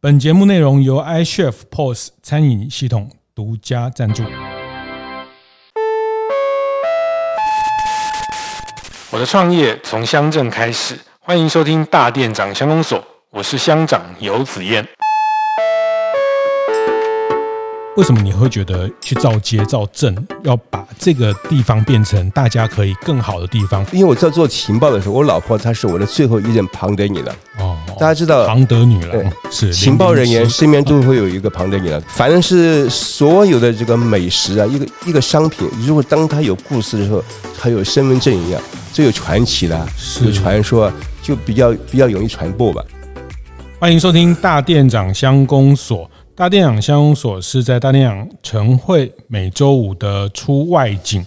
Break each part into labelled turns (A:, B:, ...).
A: 本节目内容由 iChef POS 餐饮系统独家赞助。我的创业从乡镇开始，欢迎收听大店长乡公所，我是乡长游子燕。为什么你会觉得去造街造镇，要把这个地方变成大家可以更好的地方？
B: 因为我在做情报的时候，我老婆她是我的最后一任庞德女郎。
A: 哦，
B: 大家知道，
A: 庞德女郎
B: 呃对
A: 是
B: 情报人员
A: 007
B: 身边都会有一个庞德女郎。反正是所有的这个美食啊，一个一个商品，如果当它有故事的时候，它有身份证一样，这有传奇的啊，
A: 是
B: 有传说啊，就比较比较容易传播吧。
A: 欢迎收听大店长乡公所。大店长乡公所是在大店长晨会每周五的出外景。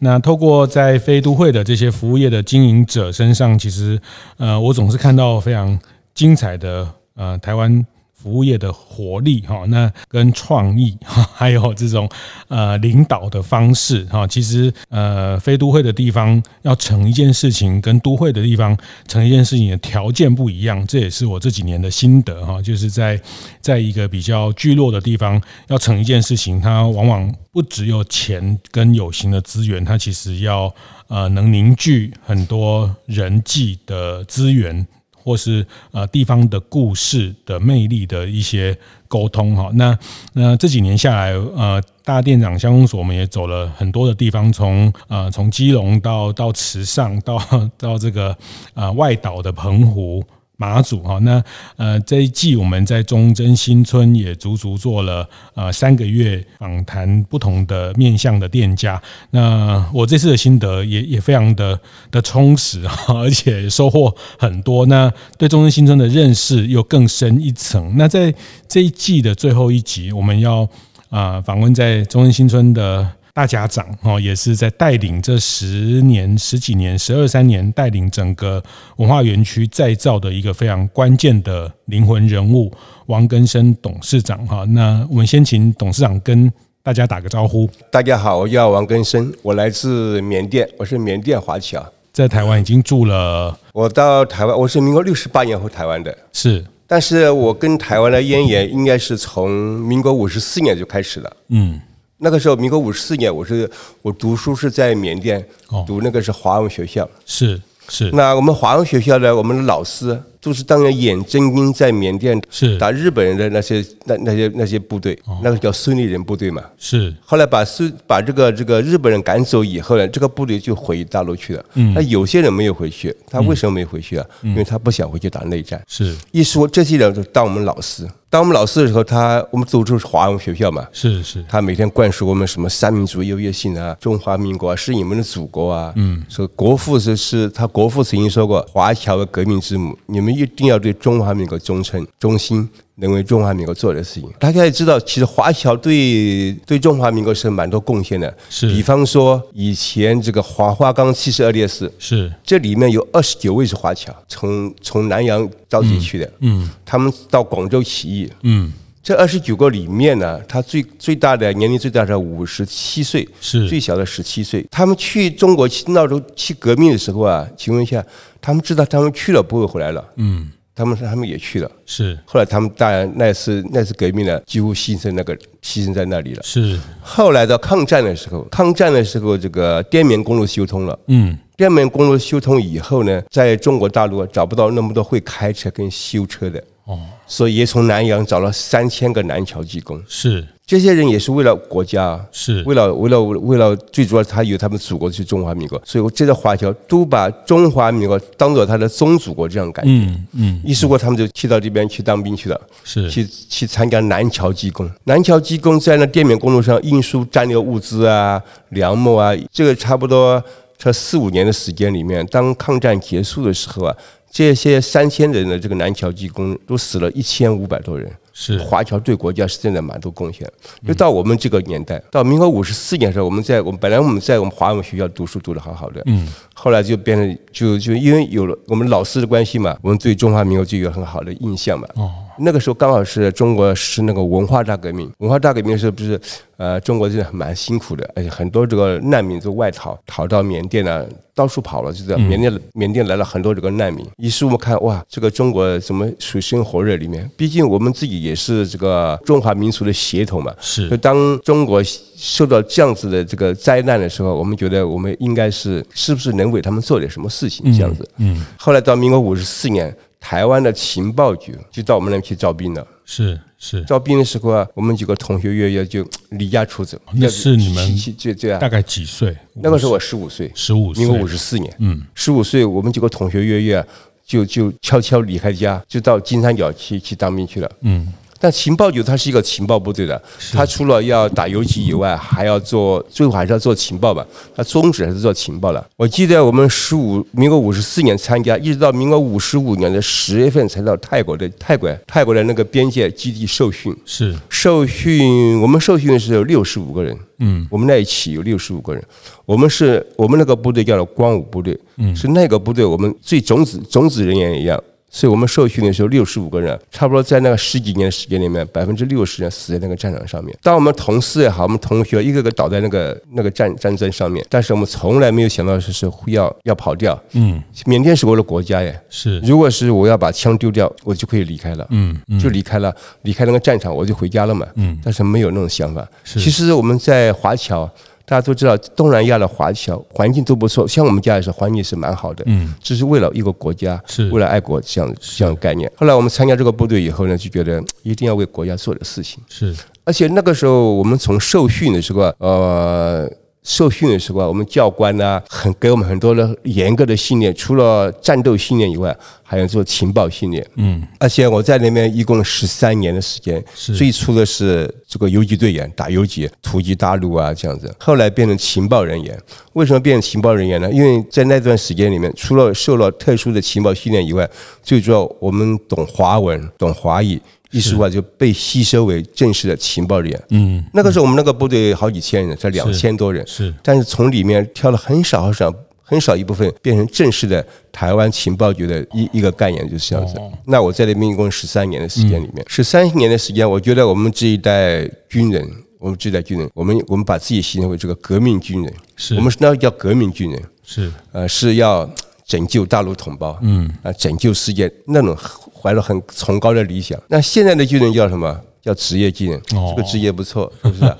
A: 那透过在非都会的这些服务业的经营者身上，其实呃，我总是看到非常精彩的呃台湾服务业的活力哈、那跟创意 哈、还有这种呃领导的方式哈、其实呃非都会的地方要成一件事情，跟都会的地方成一件事情的条件不一样，这也是我这几年的心得哈、就是在在一个比较聚落的地方要成一件事情，它往往不只有钱跟有形的资源，它其实要呃能凝聚很多人际的资源。或是呃地方的故事的魅力的一些沟通哈。那那这几年下来，呃，大店长乡公所我们也走了很多的地方，从呃从基隆到到池上，到到这个呃外岛的澎湖。马祖哈，那呃这一季我们在忠贞新村也足足做了呃三个月访谈不同的面向的店家，那我这次的心得也也非常的的充实哈， 而且收获很多。那对中正新村的认识又更深一层。那在这一季的最后一集，我们要啊、呃访问在中正新村的大家长哦，也是在带领这十年、十几年、十二三年，带领整个文化园区再造的一个非常关键的灵魂人物王根生董事长哈。那我们先请董事长跟大家打个招呼。
B: 大家好，我叫王根生，我来自缅甸，我是缅甸华侨。
A: 在台湾已经住了，
B: 我到台湾，我是民国六十八年回台湾的，
A: 是
B: 但是我跟台湾的渊源应该是从民国五十四年就开始了。
A: 嗯，
B: 那个时候，民国五十四年，我是我读书是在缅甸
A: 哦
B: 读那个是华文学校。
A: 是是
B: 那我们华文学校呢，我们的老师都是当年眼睁睁在缅甸
A: 是哦
B: 打日本人的那些那那些那些部队，那个叫孙立人部队嘛。
A: 是
B: 后来把孙把这个这个日本人赶走以后呢，这个部队就回大陆去了。
A: 嗯
B: 那有些人没有回去，他为什么没回去啊？因为他不想回去打内战。
A: 是
B: 一说这些人都当我们老师，当我们老师的时候，他我们读书是华文学校嘛，
A: 是是
B: 他每天灌输我们什么三民主义优越性啊，中华民国啊是你们的祖国啊，嗯，说国父是是他国父曾经说过，华侨的革命之母，你们一定要对中华民国忠诚、忠心，能为中华民国做的事情。大家也知道，其实华侨对对中华民国是蛮多贡献的，
A: 是
B: 比方说以前这个黄花岗七十二烈士，
A: 是
B: 这里面有二十九位是华侨，从从南洋召集去的，嗯，他们到广州起义，
A: 嗯
B: 这二十九个里面呢，他最最大的年龄最大的五十七岁，
A: 是
B: 最小的十七岁。他们去中国去闹着去革命的时候啊，请问一下，他们知道他们去了不会回来了，
A: 嗯
B: 他们他们也去了。
A: 是
B: 后来他们当然那次那次革命呢，几乎牺牲那个牺牲在那里了。
A: 是
B: 后来到抗战的时候，抗战的时候，这个滇缅公路修通了。
A: 嗯
B: 滇缅公路修通以后呢，在中国大陆啊找不到那么多会开车跟修车的，
A: 哦
B: 所以也从南洋找了三千个南侨技工。
A: 是
B: 这些人也是为了国家，
A: 是
B: 为了为了为了最主要，他有他们祖国就是中华民国，所以我这些华侨都把中华民国当做他的宗主国这样感觉。
A: 嗯嗯
B: 一说过，他们就去到这边去当兵去了，
A: 是
B: 去去参加南侨技工。南侨技工在那滇缅公路上运输战略物资啊、粮木啊，这个差不多这四五年的时间里面，当抗战结束的时候啊，这些三千人的这个南侨技工都死了一千五百多人。
A: 是
B: 华侨对国家是真的蛮多贡献。就到我们这个年代，到民国五十四年的时候，我们在我们本来我们在我们华文学校读书读得好好的，嗯，后来就变成就就因为有了我们老师的关系嘛，我们对中华民国就有很好的印象嘛。
A: 哦
B: 那个时候刚好是中国是那个文化大革命，文化大革命的时候不是，呃，中国真的蛮辛苦的，而且很多这个难民都外逃，逃到缅甸啊，到处跑了，就是缅甸缅甸来了很多这个难民。于是我们看哇，这个中国怎么水深火热里面？毕竟我们自己也是这个中华民族的血统嘛，
A: 是嗯
B: 就当中国受到这样子的这个灾难的时候，我们觉得我们应该是是不是能为他们做点什么事情这样子。
A: 嗯，
B: 后来到民国五十四年，台湾的情报局就到我们那边去招兵了。
A: 是是，
B: 招兵的时候啊，我们几个同学约约就离家出走。
A: 那是你们
B: 这这样
A: 大，概几岁？
B: 啊那个时候我十五岁，
A: 十五岁
B: 民，国五十四年，
A: 嗯，
B: 十五岁我们几个同学约约啊就就悄悄离开家，就到金三角去去当兵去了。
A: 嗯，
B: 但情报局它是一个情报部队的，它除了要打游击以外，还要做最后还是要做情报吧。它宗旨还是做情报的。我记得我们十五民国五十四年参加，一直到民国五十五年的十月份才到泰国的泰国泰国的那个边界基地受训。
A: 是
B: 受训，我们受训的时候六十五个人，嗯，我们那一起有六十五个人，我们是我们那个部队叫做光武部队，嗯，是那个部队我们最种子种子人员也一样，所以我们受训的时候六十五个人，啊差不多在那个十几年的时间里面，百分之六十人死在那个战场上面。当我们同事也好，我们同学一个个倒在那个那个战战争上面，但是我们从来没有想到是是会要要跑掉，嗯，缅甸是我的国家耶，
A: 是，
B: 如果是我要把枪丢掉，我就可以离开了，
A: 嗯嗯
B: 就离开了，离开那个战场，我就回家了嘛，
A: 嗯
B: 但是没有那种想法。
A: 是
B: 其实我们在华侨，大家都知道，东南亚的华侨环境都不错，像我们家也是环境是蛮好的，
A: 嗯，
B: 这是为了一个国家，
A: 是
B: 为了爱国这样这样的概念。后来我们参加这个部队以后呢，就觉得嗯一定要为国家做点事情。
A: 是
B: 而且那个时候我们从受训的时候啊，呃，受训的时候啊，我们教官呢、很给我们很多的严格的训练，除了战斗训练以外，还有做情报训练。
A: 嗯，
B: 而且我在那边一共十三年的时间，
A: 是
B: 最初的是这个游击队员，打游击，突击大陆啊这样子，后来变成情报人员。为什么变成情报人员呢？因为在那段时间里面，除了受了特殊的情报训练以外，最主要我们懂华文，懂华语。艺术化就被吸收为正式的情报人员。
A: 嗯，
B: 那个时候我们那个部队好几千人，才两千多人。
A: 是
B: 但是从里面挑了很少很少很少一部分变成正式的台湾情报局的一一个概念，就是这样子。那我在那边一共十三年的时间里面，十三年的时间，我觉得我们这一代军人，我们这一代军人，我们我们把自己形容为这个革命军人，
A: 是
B: 我们那叫革命军人，
A: 是
B: 呃，是要拯救大陆同胞，嗯，啊，拯救世界那种怀着很崇高的理想。那现在的军人叫什么？叫职业军人，
A: 哦
B: 这个职业不错，是不是、啊？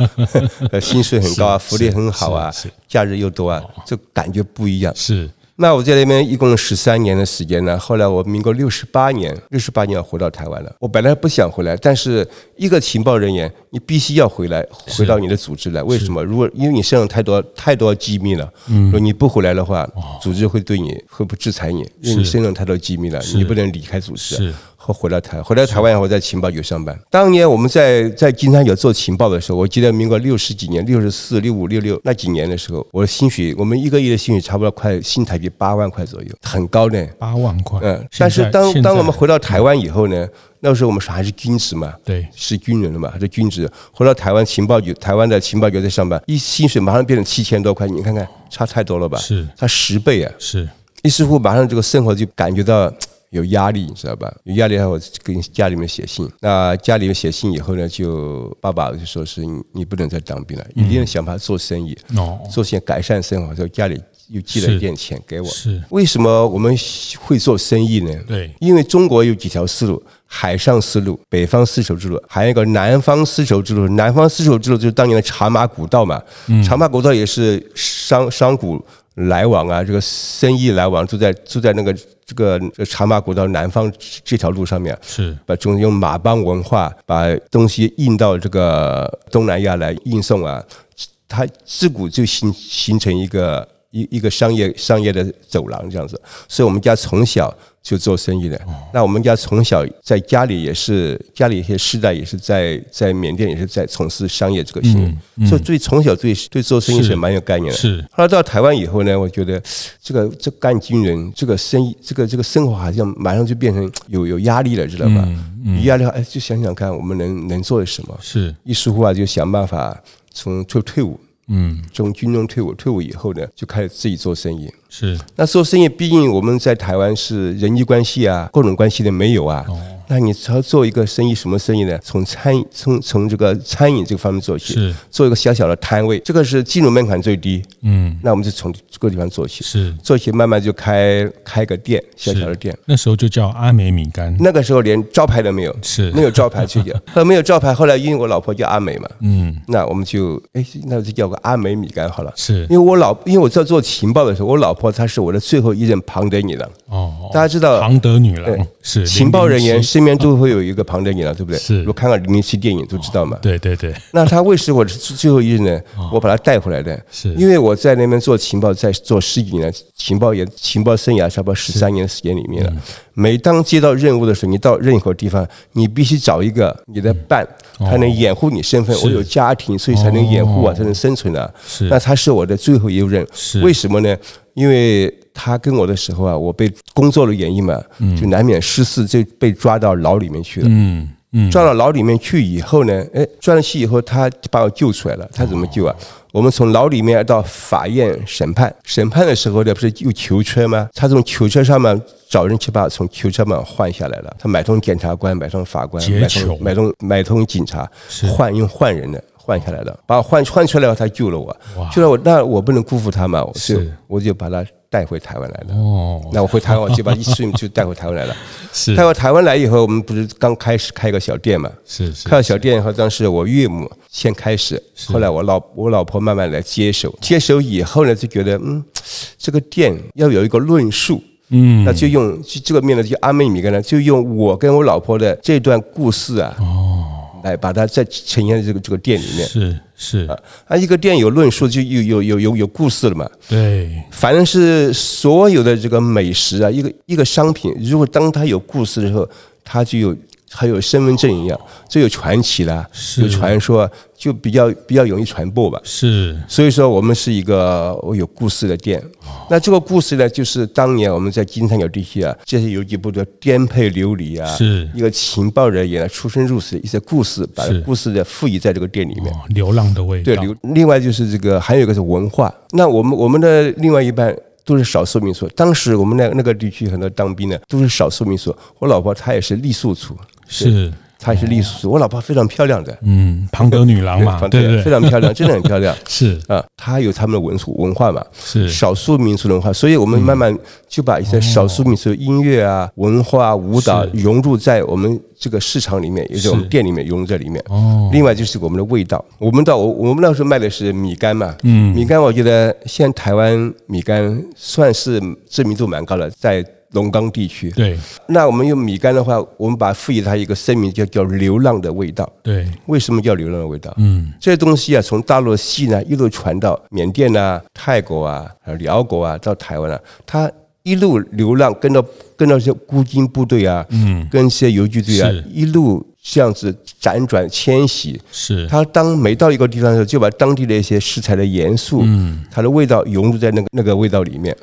B: 呃薪水很高啊，福利很好啊
A: 是是，哦
B: 假日又多啊，这感觉不一样。
A: 是
B: 那我在那边一共十三年的时间呢。后来我民国六十八年，六十八年我回到台湾了。我本来不想回来，但是一个情报人员，你必须要回来，回到你的组织来。为什么？如果因为你身上太多太多机密了，如果你不回来的话，组织会对你会不制裁你，因为你身上太多机密了，你不能离开组织。啊
A: 是
B: 后回到台，回到台湾以后在情报局上班。当年我们在在金三角做情报的时候，我记得民国六十几年、六十四、六五、六六那几年的时候，我的薪水，我们一个月的薪水差不多快新台币八万块左右，很高呢。
A: 八万块。
B: 嗯，
A: 现
B: 但是
A: 在
B: 当
A: 现
B: 当
A: 在
B: 我们回到台湾以后呢，那时候我们是还是军职嘛，
A: 对
B: 是军人了嘛，还是军职。回到台湾情报局，台湾的情报局在上班，一薪水马上变成七千多块，你看看差太多了吧？
A: 是
B: 差十倍啊！
A: 是
B: 于是乎，马上这个生活就感觉到有压力，你知道吧？有压力，后我跟家里面写信。那家里面写信以后呢，就爸爸就说是你你不能再当兵了，一定要想办法做生意，
A: 哦
B: 做些改善生活。所以家里又寄了
A: 是
B: 一点钱给我。
A: 是
B: 为什么我们会做生意呢？
A: 对
B: 因为中国有几条思路：海上丝路、北方丝绸之路，还有一个南方丝绸之路。南方丝绸之路就是当年的茶马古道嘛，
A: 嗯
B: 茶马古道也是商商贾来往啊，这个生意来往都在都在那个这个这个茶马古道南方这条路上面。啊
A: 是
B: 把中用马帮文化把东西印到这个东南亚来运送啊，它自古就形形成一个一一个商业商业的走廊这样子，所以我们家从小就做生意的。
A: 哦
B: 那我们家从小在家里也是，家里一些世代也是在在缅甸也是在从事商业这个行为，所以对从小对对做生意
A: 嗯是
B: 是蛮有概念的。
A: 是
B: 后来到台湾以后呢，我觉得这个这干军人，这个生意，这个这个生活好像马上就变成有有压力了，知道吧？有压力后，哎，就想想看我们能能做什么。
A: 是
B: 一疏忽啊，就想办法从退退伍，
A: 嗯
B: 从军中退伍，退伍以后呢，就开始自己做生意。
A: 是
B: 那做生意，毕竟我们在台湾是人际关系啊，各种关系的没有啊，那你只要做一个生意，什么生意呢？从餐饮，从从这个餐饮这个方面做起
A: 是，
B: 做一个小小的摊位，这个是进入门槛最低。
A: 嗯，
B: 那我们就从这个地方做起，
A: 是
B: 做起慢慢就开开个店，小小的店。
A: 那时候就叫阿美米干，
B: 那个时候连招牌都没有，
A: 是
B: 没有招 牌去讲。后来没有招牌，后来因为我老婆叫阿美嘛，
A: 嗯，
B: 那我们就哎，那就叫个阿美米干好了。
A: 是
B: 因为我老，因为我在做情报的时候，我老婆她是我的最后一任庞德女郎。
A: 哦，
B: 大家知道，
A: 庞德女郎
B: 呃对
A: 是
B: 情报人员
A: 007
B: 身边都会有一个庞德女郎，对不对？
A: 是哦
B: 我看过零零七电影都知道嘛。
A: 对对对，
B: 那她为什么我是最后一任呢？
A: 哦
B: 我把她带回来的，
A: 是
B: 因为我在那边做情报，在做十几年情报员情报生涯，差不多十三年的时间里面了。每当接到任务的时候，你到任何地方，你必须找一个你的伴，他能掩护你身份。我有家庭，所以才能掩护啊，才能生存啊。
A: 是
B: 那他是我的最后一任，
A: 是
B: 为什么呢？因为他跟我的时候啊，我被工作的原因嘛，就难免失事，就被抓到牢里面去了。
A: 嗯嗯，
B: 抓到牢里面去以后呢，哎，抓了去以后，他就把我救出来了。他怎么救啊？
A: 哦
B: 我们从牢里面到法院审判，审判的时候呢，不是有囚车吗？他从囚车上面找人去把我从囚车上面换下来了。他买通检察官，买通法官，
A: 劫
B: 买
A: 囚
B: 通买通买通警察
A: 是，
B: 换用换人的。换下来的，把我换换出来了，他救了我
A: 哇，
B: 救了我，那我不能辜负他嘛，我就是我就把他带回台湾来了。
A: 哦
B: 那我回台湾，我就把一 stream 就带回台湾来了。
A: 是
B: 带回台湾来以后，我们不是刚开始开个小店嘛？
A: 是是
B: 开了小店以后，当时我岳母先开始，后来我老我老婆慢慢来接手，接手以后呢，就觉得嗯，这个店要有一个论述。
A: 嗯，
B: 那就用就这个面呢，就阿妹米干呢，就用我跟我老婆的这段故事啊，
A: 哦
B: 来把它再呈现在这个这个店里面
A: 是是，
B: 啊。啊，一个店有论述，就有有有有有故事了嘛。
A: 对，
B: 反正是所有的这个美食啊，一个一个商品，如果当它有故事的时候，它就有还有身份证一样，这有传奇啦、
A: 是
B: 有传说啊，就比较比较容易传播吧。
A: 是
B: 所以说，我们是一个有故事的店。那这个故事呢，就是当年我们在金三角地区啊，这些游击部的颠沛流离啊，
A: 是
B: 一个情报人员啊出生入死的一些故事，把
A: 是
B: 故事的赋予在这个店里面。
A: 哦，流浪的味道，
B: 对，另另外就是这个，还有一个是文化。那我们我们的另外一半都是少数民族。当时我们那那个地区很多当兵的都是少数民族。我老婆她也是傈僳族，
A: 是
B: 她也是傈僳族。我老婆非常漂亮的，
A: 嗯，庞德女郎 嘛，
B: 非常
A: 对不
B: 非
A: 对？
B: 常漂亮，真的很漂亮
A: 是
B: 啊。她有他们的文俗文化嘛，
A: 是嗯
B: 少数民族的文化，所以我们慢慢就把一些少数民族的音乐啊、文化、舞蹈
A: 是
B: 融入在我们这个市场里面，也就是我们店里面融入在里面。
A: 哦，
B: 另外就是我们的味道，我们到我我们那时候卖的是米干嘛，
A: 嗯
B: 米干我觉得现在台湾米干算是知名度蛮高的，在龙岗地区。
A: 对
B: 那我们用米干的话，我们把赋予它一个声名，叫叫流浪的味道。
A: 对，
B: 为什么叫流浪的味道？
A: 嗯，
B: 这些东西啊，从大陆西南一路传到缅甸啊、泰国啊、还有辽国啊，到台湾啊，它一路流浪，跟到跟到这些孤军部队啊，嗯，跟一些游击队啊
A: 是，
B: 一路这样子辗转迁徙。
A: 是
B: 它当每到一个地方的时候，就把当地的一些食材的元素，嗯，它的味道融入在那个那个味道里面，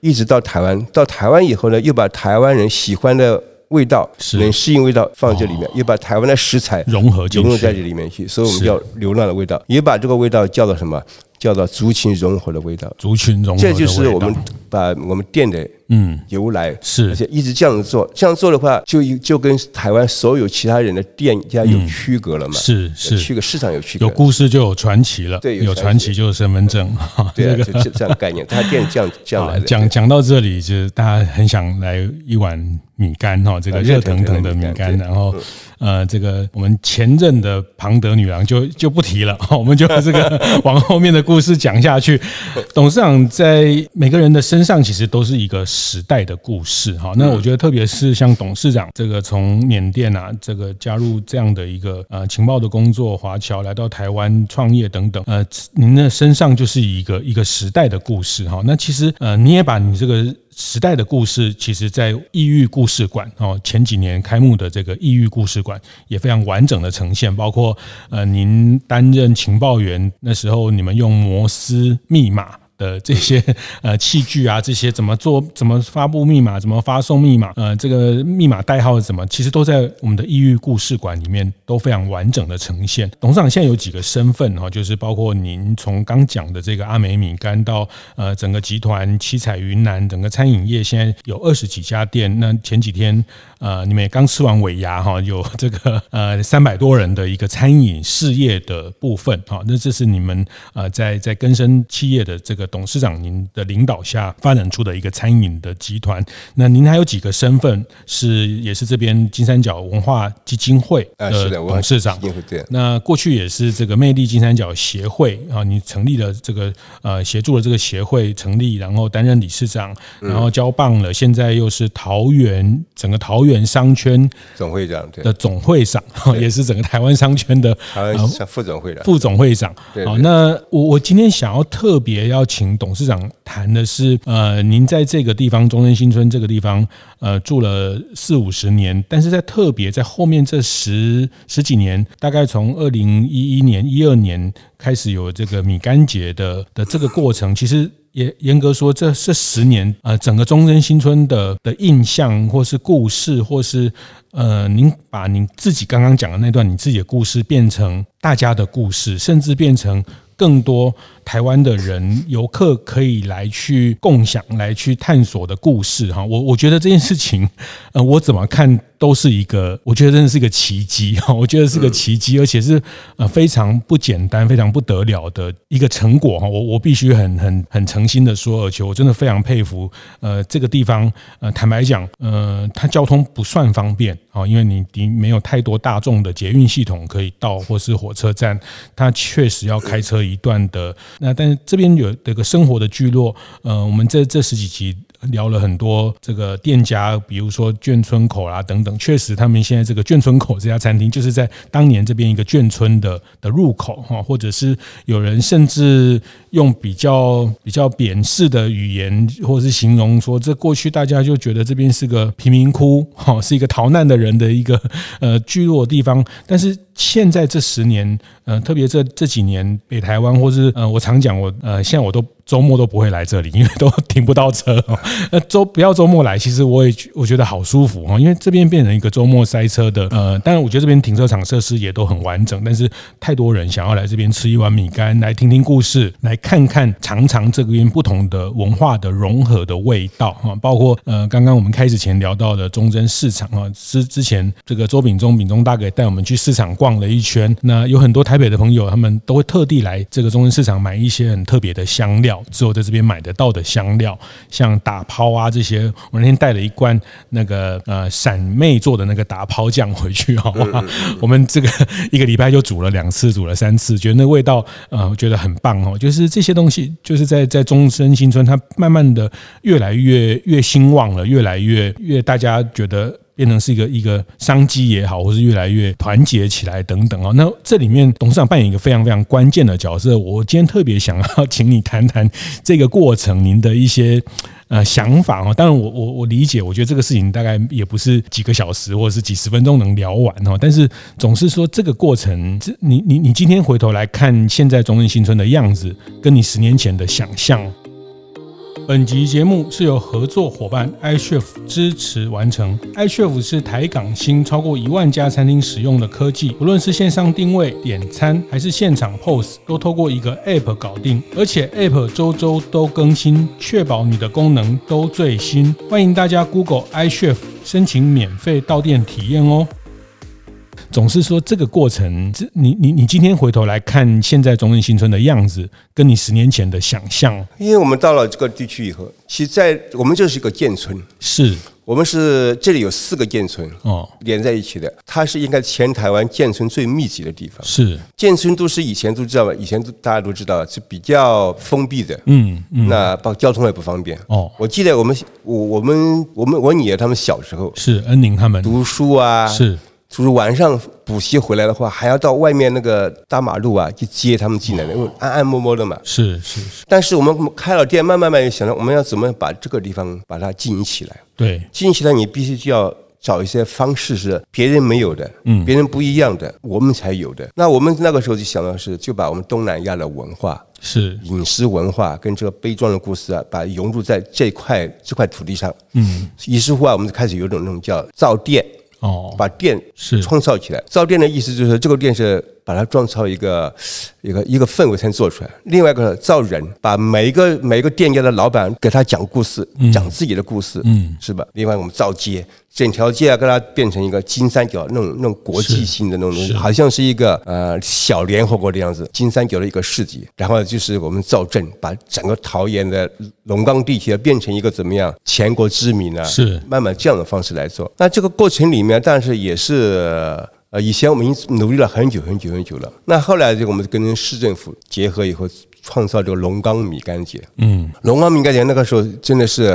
B: 一直到台湾。到台湾以后呢，又把台湾人喜欢的味道、
A: 是
B: 能适应味道放这里面，又把台湾的食材
A: 融合进
B: 融入在
A: 去，
B: 这里面去，所以我们叫流浪的味道，也把这个味道叫做什么？叫做族群融合的味道。
A: 族群融合的
B: 这
A: 味道，
B: 就是我们把我们店的
A: 嗯
B: 由来，
A: 是
B: 而且一直这样子做，这样做的话，就就跟台湾所有其他人的店家有区隔了嘛，
A: 嗯是
B: 有
A: 是
B: 区隔市场有区
A: 有
B: 隔，
A: 故事就有传奇了，
B: 对有
A: 有
B: 传
A: 传
B: 奇
A: 奇就是身份证，哈
B: 对啊，
A: 这
B: 就
A: 个
B: 这这样的概念，他店这样这样
A: 啊
B: 来，的，
A: 讲讲到这里，就是大家很想来一碗米干哈，这个
B: 啊
A: 呃热
B: 热
A: 腾腾
B: 腾腾
A: 的
B: 的嗯
A: 米
B: 米
A: 干，
B: 干
A: 然后呃，这个我们前任的庞德女郎就就不提了， 我们就这 个往后面的故事讲下去。
B: 嗯
A: 董事长在每个人的身上其实都是一个时代的故事哈。
B: 嗯
A: 那我觉得特别是像董事长这个从缅甸啊，这个加入这样的一个呃情报的工作，华侨来到台湾创业等等，呃，您的身上就是一个一个时代的故事哈。那其实呃，你也把你这个时代的故事，其实在异域故事馆哦，前几年开幕的这个异域故事馆也非常完整的呈现，包括呃，您担任情报员那时候，你们用摩斯密码。的这些 呃器具啊，这些怎么做、怎么发布密码、怎么发送密码，呃，这个密码代号是怎么，其实都在我们的异域故事馆里面都非常完整的呈现。董事长现在有几个身份哈、哦，就是包括您从刚讲的这个阿美米干到呃整个集团七彩云南整个餐饮业现在有二十几家店，那前几天呃你们也刚吃完尾牙哈、哦，有这个 呃三百多人的一个餐饮事业的部分哈、哦，那这是你们呃在在根深企业的这个。董事长您的领导下发展出的一个餐饮的集团，那您还有几个身份是也是这边金三角文化基金会
B: 啊，是
A: 的董事长。
B: 基金会对，
A: 那过去也是这个魅力金三角协会啊，你成立了这个呃协助了这个协会成立，然后担任理事长，然后交棒了，现在又是桃园整个桃园商圈
B: 总会长对
A: 的总会长， 也是整个台湾商圈的呃
B: 台湾像副总会长、
A: 副总会长。好，那我我今天想要特别要。请董事长谈的是，呃，您在这个地方中正新村这个地方，呃，住了四五十年，但是在特别在后面这十十几年，大概从二零一一年、一二年开始有这个米干节的的这个过程，其实。严严格说，这这十年，呃，整个中正新村的的印象，或是故事，或是呃，您把您自己刚刚讲的那段你自己的故事，变成大家的故事，甚至变成更多台湾的人游客可以来去共享、来去探索的故事哈。我我觉得这件事情，呃，我怎么看都是一个，我觉得真的是个奇迹 哈。我觉得是个奇迹，而且是呃非常不简单、非常不得了的一个成果哈。我我必须很很很诚。新的说，而且我真的非常佩服，呃，这个地方，呃，坦白讲，呃，它交通不算方便啊、哦，因为你你没有太多大众的捷运系统可以到，或是火车站，它确实要开车一段的。那但是这边有这个生活的聚落，呃，我们这这十几集。聊了很多这个店家，比如说眷村口啦、啊、等等，确实他们现在这个眷村口这家餐厅，就是在当年这边一个眷村的的入口哈，或者是有人甚至用比较比较贬视的语言，或是形容说，这过去大家就觉得这边是个贫民窟哈，是一个逃难的人的一个呃聚落地方，但是。现在这十年，呃，特别这这几年，北台湾或是呃，我常讲我呃，现在我都周末都不会来这里，因为都停不到车、 哦。呃，周不要周末来，其实我也我觉得好舒服哦，因为这边变成一个周末塞车的。呃，当然我觉得这边停车场设施也都很完整，但是太多人想要来这边吃一碗米干，来听听故事，来看看尝尝这边不同的文化的融合的味道哈、哦。包括呃，刚刚我们开始前聊到的忠贞市场啊，之、哦、之前这个周秉忠秉忠大哥带我们去市场逛。逛了一圈，那有很多台北的朋友，他们都会特地来这个中正市场买一些很特别的香料，只有在这边买得到的香料，像打抛啊这些。我那天带了一罐那个呃闪妹做的那个打抛酱回去，好吗？我们这个一个礼拜就煮了两次，煮了三次，觉得那味道呃，我觉得很棒哦。就是这些东西，就是在在中正新村，它慢慢的越来越越兴旺了，越来越越大家觉得。变成是一个一个商机也好，或是越来越团结起来等等哦。那这里面董事长扮演一个非常非常关键的角色。我今天特别想要请你谈谈这个过程，您的一些呃想法哦。当然我，我我我理解，我觉得这个事情大概也不是几个小时或者是几十分钟能聊完哦。但是总是说这个过程，这你你你今天回头来看现在中正新村的样子，跟你十年前的想象。本集节目是由合作伙伴 iChef 支持完成。iChef 是台港新超过一万家餐厅使用的科技，不论是线上定位、点餐，还是现场 POS，都透过一个 App 搞定。而且 App 周周都更新，确保你的功能都最新。欢迎大家 Google iChef 申请免费到店体验哦。总是说这个过程，这你你你今天回头来看现在中正新村的样子，跟你十年前的想象，
B: 因为我们到了这个地区以后，其实在我们就是一个建村，
A: 是
B: 我们是这里有四个建村
A: 哦，
B: 连在一起的，它是应该全台湾建村最密集的地方。
A: 是
B: 建村都是以前都知道吧，以前都大家都知道是比较封闭的，
A: 嗯嗯，
B: 那包括交通也不方便
A: 哦。
B: 我记得我们我我们我们我女儿他们小时候
A: 是恩宁他们
B: 读书啊，
A: 是。
B: 就是晚上补习回来的话，还要到外面那个大马路啊去接他们进来的，因为暗暗摸摸的嘛。
A: 是是是。
B: 但是我们开了店，慢慢慢想到我们要怎么把这个地方把它经营起来。
A: 对，
B: 经营起来你必须就要找一些方式是别人没有的，
A: 嗯
B: 别人不一样的，我们才有的。那我们那个时候就想到是，就把我们东南亚的文化、
A: 是，
B: 饮食文化跟这个悲壮的故事啊，把它融入在这块这块土地上。
A: 嗯，
B: 于是乎啊，我们就开始有一种那种叫造店，
A: 哦，
B: 把店
A: 是
B: 创造起来。造店的意思就是这个店是把它创造一个一个一个氛围才做出来。另外一个造人，把每一个每一个店家的老板给他讲故事，讲自己的故事，
A: 嗯，
B: 是吧？另外我们造街，整条街啊，给它变成一个金三角那种那种国际性的那种东西，好像是一个呃小联合国的样子，金三角的一个市集。然后就是我们造镇，把整个桃园的龙岗地区啊变成一个怎么样全国知名啊的、
A: 是
B: 慢慢这样的方式来做。那这个过程里面，但是也是。呃，以前我们已经努力了很久很久很久了。那后来这个我们跟市政府结合以后，创造这个龙岗米干节。
A: 嗯，
B: 龙岗米干节那个时候真的是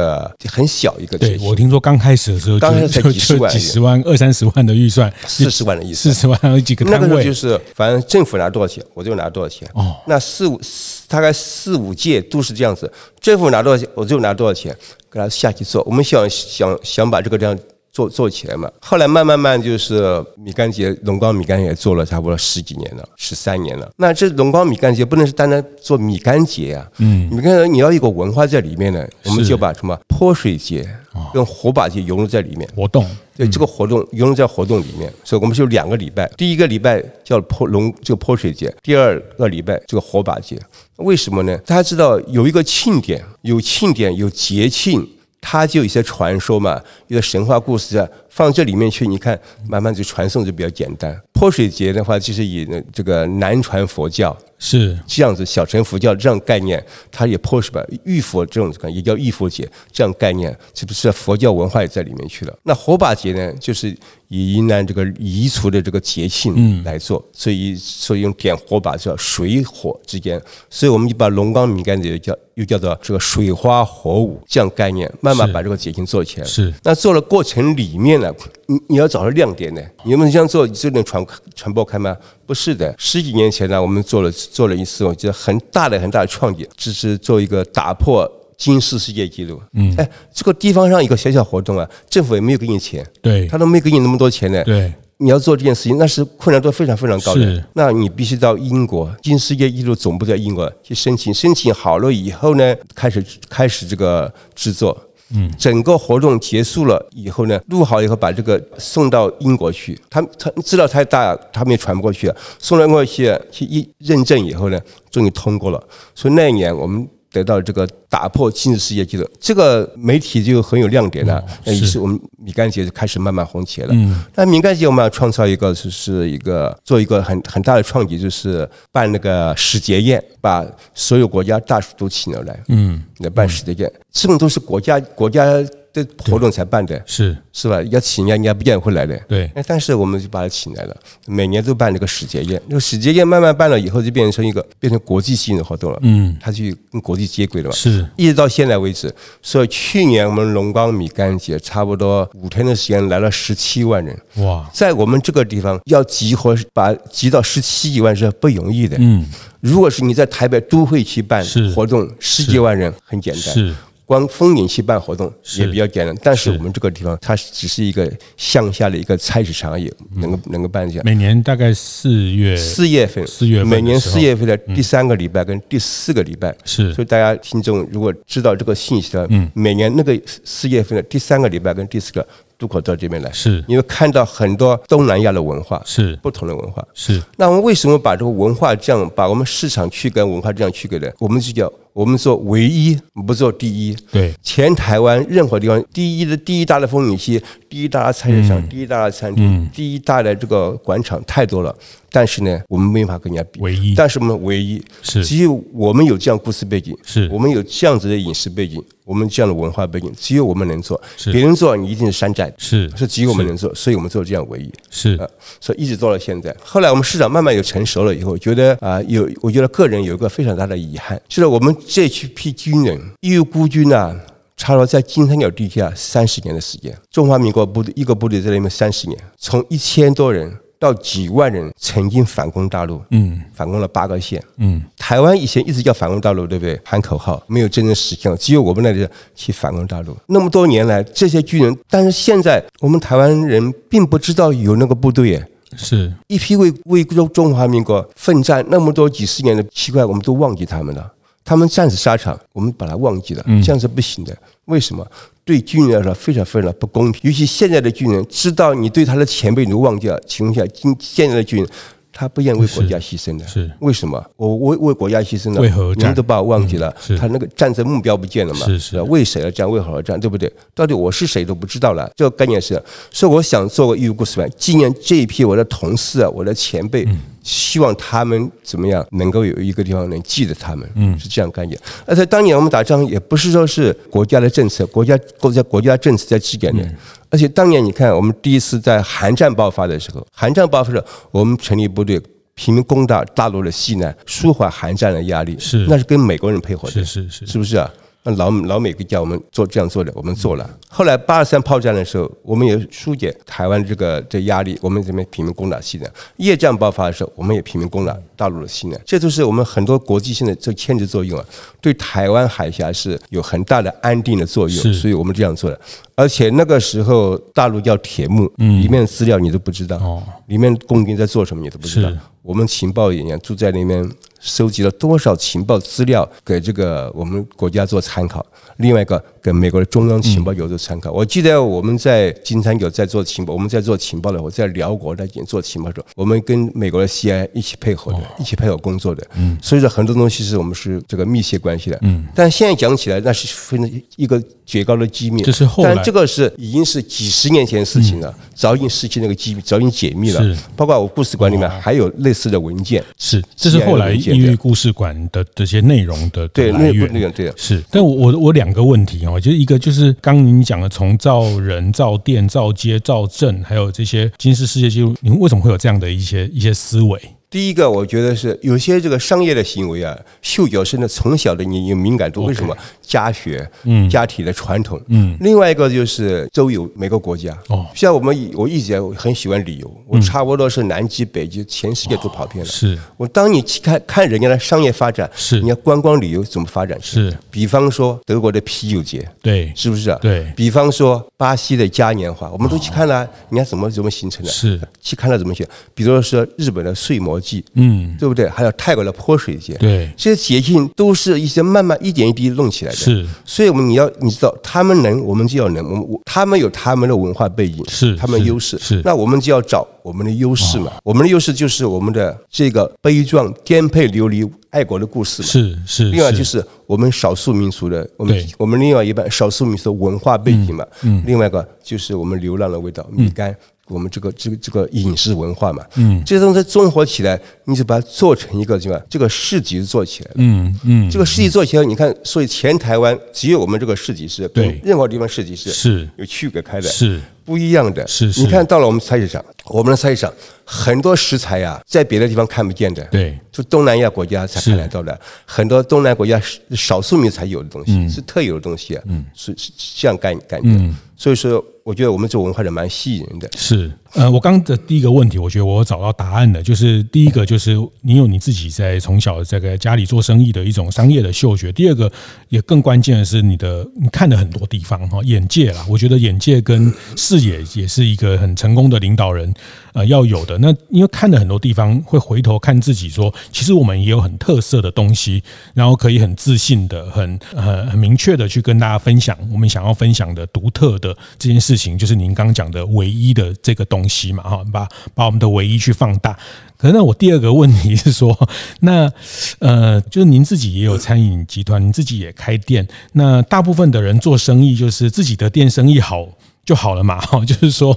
B: 很小一个
A: 对
B: 地区，
A: 我听说刚开始的时候就，
B: 刚开始才
A: 就
B: 几十
A: 就
B: 万
A: 几十万、二三十万的预算，
B: 四十万的意思。
A: 四十万还有几个
B: 那
A: 摊
B: 个时候
A: 位
B: 就，是，反正政府拿多少钱，我就拿多少钱。
A: 哦，
B: 那四五四大概四五届都是这样子，政府拿多少钱，我就拿多少钱，给他下去做。我们想想想把这个这样做做起来嘛。后来慢慢慢就是米干节龙岗米干也做了差不多十几年了，十三年了。那这龙岗米干节不能是单单做米干节啊，嗯，米干节你要有个文化在里面呢，我们就把什么泼水节
A: 哦
B: 跟火把节融入在里面。
A: 活动
B: 对这个活动融入在活动里面，所以我们是有两个礼拜，第一个礼拜叫泼龙这个泼水节，第二个礼拜这个火把节。为什么呢？大家知道有一个庆典，有庆典有节庆，它就有一些传说嘛，有些神话故事啊，放这里面去，你看慢慢就传送就比较简单。泼水节的话，就是以那这个南传佛教。
A: 是
B: 这样子，小乘佛教这样概念，它也 push 吧，浴佛这种也叫浴佛节这样概念，是不是佛教文化也在里面去了？那火把节呢，就是以云南这个彝族的这个节
A: 嗯
B: 庆来做，所以所以用点火把叫水火之间，所以我们就把龙岗米干节叫又叫做这个水花火舞这样概念，慢慢
A: 是
B: 把这个节庆做起来。
A: 是
B: 那做的过程里面呢，你你要找到亮点呢，你们这样做就能传传播开吗？不是的，十几年前呢，我们做了做了一次，我觉得很大的很大的创举，只是做一个打破金氏世界纪录。嗯，哎，这个地方上一个小小活动啊，政府也没有给你钱，
A: 对
B: 他都没给你那么多钱呢。
A: 对
B: 你要做这件事情，那是困难度非常非常高
A: 是
B: 的。那你必须到英国，金世界艺术总部在英国去申请，申请好了以后呢，开始开始这个制作。嗯，整个活动结束了以后呢，录好以后把这个送到英国去，他他知道太大，他们也传不过去了，送到英国去去一认证以后呢，终于通过了。所以那一年我们得到这个打破今日世界纪录，这个媒体就很有亮点了。那嗯于是嗯我们米干节就开始慢慢红起来了。那米干节我们要创造一个，就是一个做一个很很大的创举，就是办那个使节宴，把所有国家大使都请了来，嗯，来办使节宴，这种都是国家国家的活动才办的。
A: 是，
B: 是吧？要请人家，人家不见得会来的。
A: 对
B: 哎，但是我们就把它请来了，每年都办这个使节宴。这个使节宴慢慢办了以后，就变成一个变成国际性的活动了。嗯，它去跟国际接轨了嘛。
A: 是
B: 一直到现在为止，所以去年我们龙岗米干节差不多五天的时间来了十七万人。
A: 哇，
B: 在我们这个地方要集合，把集到十七几万是不容易的。嗯，如果是你在台北都会区办
A: 是
B: 活动，十几万人很简单。
A: 是
B: 光风景区办活动
A: 是
B: 也比较简单，但是
A: 是
B: 我们这个地方它只是一个向下的一个菜市场而已，
A: 嗯
B: 能够能够办一下。
A: 每年大概四月
B: 四月份，
A: 四月份的
B: 每年
A: 时候嗯
B: 四月份的第三个礼拜跟第四个礼拜，
A: 是
B: 所以大家听众如果知道这个信息的，嗯，每年那个四月份的第三个礼拜跟第四个渡口到这边来，
A: 是
B: 因为看到很多东南亚的文化，
A: 是
B: 不同的文化。
A: 是
B: 那我们为什么把这个文化这样，把我们市场区跟文化这样区隔的？我们就叫我们做唯一，不做第一。
A: 对
B: 全台湾任何地方，第一的第一大的风景区，第一大的菜市
A: 嗯
B: 场，第一大的餐厅，第一大的这个广场太多了。但是呢，我们没法跟人家比。
A: 唯一
B: 但是我们唯一
A: 是
B: 只有我们有这样故事背景，
A: 是
B: 我们有这样子的饮食背景，我们这样的文化背景，只有我们能做
A: 是，
B: 别人做你一定是山寨，
A: 是
B: 是只有我们能做，所以我们做这样唯一。
A: 是
B: 呃，所以一直做到现在。后来我们市场慢慢有成熟了以后，觉得啊、有我觉得个人有一个非常大的遗憾，就是我们这批军人义务孤军啊，差不多在金三角地区啊三十年的时间，中华民国部队一个部队在那边三十年，从一千多人到几万人曾经反攻大陆，
A: 嗯
B: 反攻了八个县。
A: 嗯
B: 台湾以前一直叫反攻大陆，对不对？喊口号，没有真正实行，只有我们那里去反攻大陆。那么多年来，这些军人，但是现在我们台湾人并不知道有那个部队耶。
A: 是
B: 一批为为中中华民国奋战那么多几十年的奇怪，我们都忘记他们了。他们战死沙场，我们把它忘记了，
A: 嗯
B: 这样是不行的。为什么？对军人来说非常非常不公平，尤其现在的军人，知道你对他的前辈你都忘记了情况下，今现在的军人他不愿意为国家牺牲的。
A: 是
B: 为什么？我为为国家牺牲了，
A: 为何
B: 你
A: 战
B: 们都把我忘记了
A: 嗯是，
B: 他那个战争目标不见了嘛？
A: 是是
B: 吧为谁而战，为何而战，对不对？到底我是谁都不知道了。这个概念是，所以我想做个义务故事版，纪念这一批我的同事啊，我的前辈，
A: 嗯
B: 希望他们怎么样能够有一个地方能记得他们，嗯，是这样概念。而且当年我们打仗也不是说是国家的政策，国家国家国家政策在
A: 嗯
B: 支点的。而且当年你看，我们第一次在韩战爆发的时候，韩战爆发的时候，我们成立部队平民攻打大陆的西南，舒缓韩战的压力。
A: 是
B: 那是跟美国人配合的。
A: 是是是
B: 是不是啊？那老老美国家我们做这样做的，我们做了。后来八二三炮战的时候，我们也疏解台湾这个这压力，我们这边平民攻打西南；越战爆发的时候，我们也平民攻打大陆的西南。这都是我们很多国际性的这牵制作用啊，对台湾海峡是有很大的安定的作
A: 是
B: 用，所以我们这样做的。而且那个时候大陆叫铁幕，里面的资料你都不知道，
A: 嗯哦
B: 里面共军在做什么你都不知道
A: 是。
B: 我们情报人员住在那边，收集了多少情报资料给这个我们国家做参考。另外一个给美国的中央情报局做参考。我记得我们在金三角在做情报，我们在做情报的，我在辽国那边做情报的时候，我们跟美国的 CIA 一起配
A: 哦
B: 合的，一起配合工作的。嗯，所以说很多东西是我们是这个密切关系的。嗯，但现在讲起来，那是非常一个绝高的机密。
A: 这是后来
B: 但这个是已经是几十年前的事情了，早已经失去那个机密，早已经解密了
A: 嗯是。哦
B: 包括我故事馆里面还有类似的文件。
A: 是，这是后来抑郁故事馆的这些内容的的
B: 对，
A: 来
B: 那个
A: 源
B: 那。个对的。
A: 是，但我我我两个问题哦，就是一个就是刚您讲的从造人、造电、造街、造镇，还有这些金氏世界纪录，您为什么会有这样的一些一些思维？
B: 第一个，我觉得是有些这个商业的行为啊，嗅觉是呢从小的你有敏感度，为什么家学、嗯、家庭的传统，嗯，另外一个就是周游每个国家，
A: 哦嗯
B: 像我们以我一直很喜欢旅游，我差不多是南极、北极全世界都跑遍了。
A: 是
B: 我当你去看看人家的商业发展，
A: 哦是
B: 人家观光旅游怎么发展？
A: 是，
B: 比方说德国的啤酒节，
A: 对，
B: 是不是啊？
A: 对哦
B: 比方说巴西的嘉年华，我们都去看了、啊人家怎么怎么形成的，
A: 是
B: 去看了怎么写。比如说日本的睡魔祭，
A: 嗯，
B: 对不对？还有泰国的泼水节，
A: 对，
B: 这些节庆都是一些慢慢一点一滴弄起来的。
A: 是
B: 所以我们你要你知道，他们能，我们就要能，我们我他们有他们的文化背景，
A: 是
B: 他们的
A: 是
B: 优势，
A: 是哦
B: 那我们就要找我们的优势嘛。我们的优势就是我们的这个悲壮、颠沛流离爱国的故事嘛。
A: 是是，
B: 另外就是我们少数民族的，我们
A: 对嗯
B: 我们另外一半少数民族的文化背景嘛，另外一个就是我们流浪的味道，米干，我们这个这个这个饮食文化嘛，嗯，这些东西综合起来，你就把它做成一个什么？这个市集做起来了。
A: 嗯嗯，
B: 这个市集做起来，你看，所以全台湾只有我们这个市集是，
A: 对
B: 任何地方市集是
A: 是
B: 有区隔开的，
A: 是
B: 不一样的。
A: 是是
B: 你看到了我们菜市场，我们的菜市场很多食材呀、在别的地方看不见的，
A: 对，
B: 就东南亚国家才
A: 是
B: 看得到的，很多东南亚国家是少数民族才有的东西，是特有的东西、啊，嗯，是是是这样感感觉。所以说，我觉得我们这文化是蛮吸引人的。
A: 是，呃，我刚的第一个问题，我觉得我找到答案了，就是第一个就是你有你自己在从小这个家里做生意的一种商业的嗅觉，第二个也更关键的是你的你看了很多地方哈，眼界啦，我觉得眼界跟视野也是一个很成功的领导人呃要有的。那因为看了很多地方，会回头看自己说，其实我们也有很特色的东西，然后可以很自信的、很很很明确的去跟大家分享我们想要分享的独特的这件事情，就是您刚刚讲的唯一的这个东西嘛，哈，把把我们的唯一去放大。可是那我第二个问题是说，那呃，就是您自己也有餐饮集团，您自己也开店，那大部分的人做生意就是自己的店生意好。就好了嘛， 哈，就是说，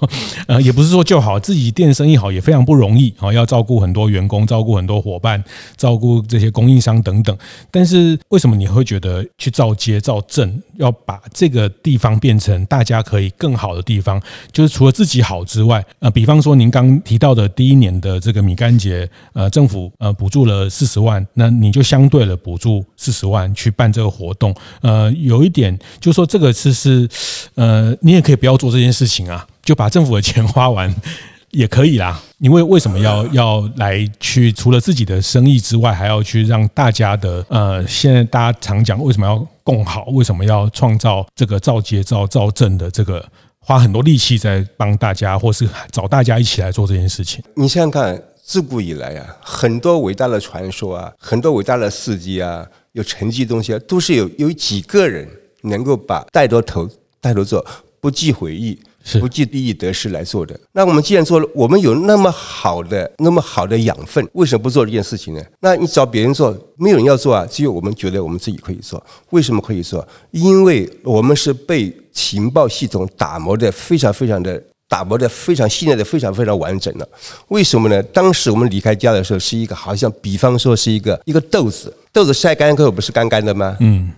A: 呃，也不是说就好，自己店生意好也非常不容易啊、哦，要照顾很多员工，照顾很多伙伴，照顾这些供应商等等。但是为什么你会觉得去造街造镇，要把这个地方变成大家可以更好的地方？就是除了自己好之外，呃，比方说您刚提到的第一年的这个米干节，呃，政府呃补助了四十万，那你就相对了补助四十万去办这个活动，呃，有一点就是说这个是是，呃，你也可以不要做这件事情啊，就把政府的钱花完。也可以啦。因为为什么要要来去除了自己的生意之外，还要去让大家的呃，现在大家常讲为什么要共好，为什么要创造这个造节造造政的这个花很多力气在帮大家，或是找大家一起来做这件事情。
B: 你想想看，自古以来啊，很多伟大的传说啊，很多伟大的事迹啊，有成绩的东西啊，都是有有几个人能够把带着头带着做，不计回忆
A: 是。
B: 不计利益得失来做的。那我们既然做了，我们有那么好的、那么好的养分，为什么不做这件事情呢？那你找别人做，没有人要做啊，只有我们觉得我们自己可以做。为什么可以做？因为我们是被情报系统打磨的非常非常的打磨的非常信赖的非常非常完整了。为什么呢？当时我们离开家的时候，是一个好像，比方说是一个一个豆子，豆子晒干后不是干干的吗？嗯，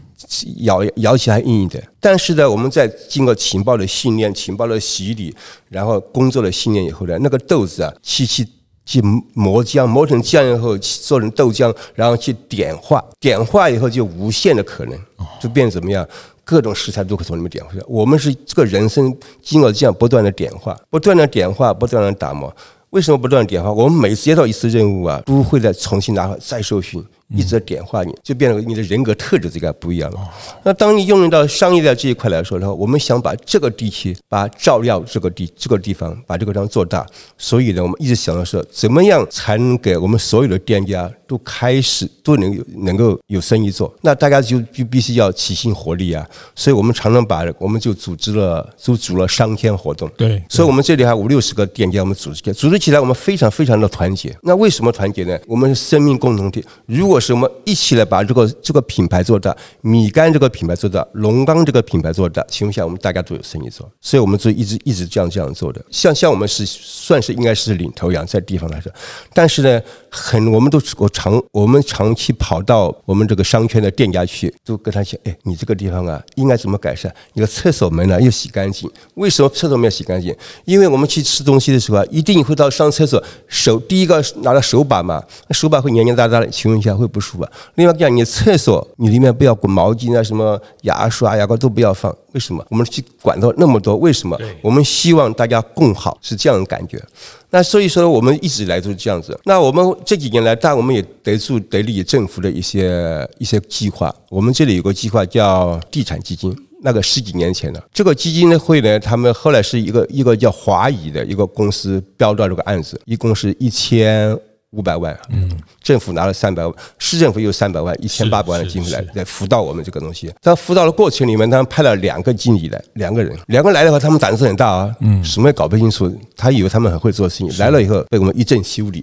B: 咬咬起来硬硬的。但是呢，我们在经过情报的训练、情报的洗礼，然后工作的训练以后呢，那个豆子啊，去去。去磨浆，磨成浆以后做成豆浆，然后去点化，点化以后就无限的可能，就变怎么样？各种食材都可以从里面点化出来。我们是这个人生经过这样不断的点化，不断的点化，不断的打磨。为什么不断地点化？我们每次接到一次任务啊，都会再重新拿回来再受训，
A: 嗯
B: 一直在点化你，就变得你的人格特质这个不一样
A: 哦
B: 了。那当你用到商业的这一块来说的话，我们想把这个地区，把照料这个地这个地方，把这个地方做大。所以呢，我们一直想的是，怎么样才能给我们所有的店家都开始都能有能够有生意做？那大家就就必须要齐心合力啊。所以我们常常把我们就组织了，就组了商天活动。
A: 对
B: 所以我们这里还有五六十个店家，我们组织起来，组织起来我们非常非常的团结。那为什么团结呢？我们是生命共同体。如果是我们一起来把这个这个品牌做大，米干这个品牌做大，龙岗这个品牌做大，情况下我们大家都有生意做。所以我们就一直一直这样这样做的。像像我们是算是应该是领头羊在地方来说，但是呢，很我们都我长我们长期跑到我们这个商圈的店家去，都跟他讲，哎，你这个地方啊，应该怎么改善？你的厕所门呢要洗干净。为什么厕所门要洗干净？啊因为我们去吃东西的时候啊，一定会到上厕所，手第一个拿到手把嘛，那手把会黏黏哒哒的，请问一下会不舒服啊。另外讲，你厕所你里面不要滚毛巾啊，什么牙刷、牙膏都不要放。为什么？我们去管到那么多，为什么？我们希望大家共好，是这样的感觉。那所以说，我们一直以来都是这样子。那我们这几年来，但我们也得助得力政府的一些一些计划。我们这里有个计划叫地产基金，那个十几年前的这个基金呢会呢，他们后来是一个一个叫华谊的一个公司标到这个案子，一共是一千。五百万，嗯，政府拿了三百万，市政府有三百万，一千八百万的经费来来辅导我们这个东西。在辅导的过程里面，他们派了两个经理来，两个人，两个来的话，他们胆子很大啊，嗯，什么也搞不清楚，他以为他们很会做生意，来了以后被我们一阵修理，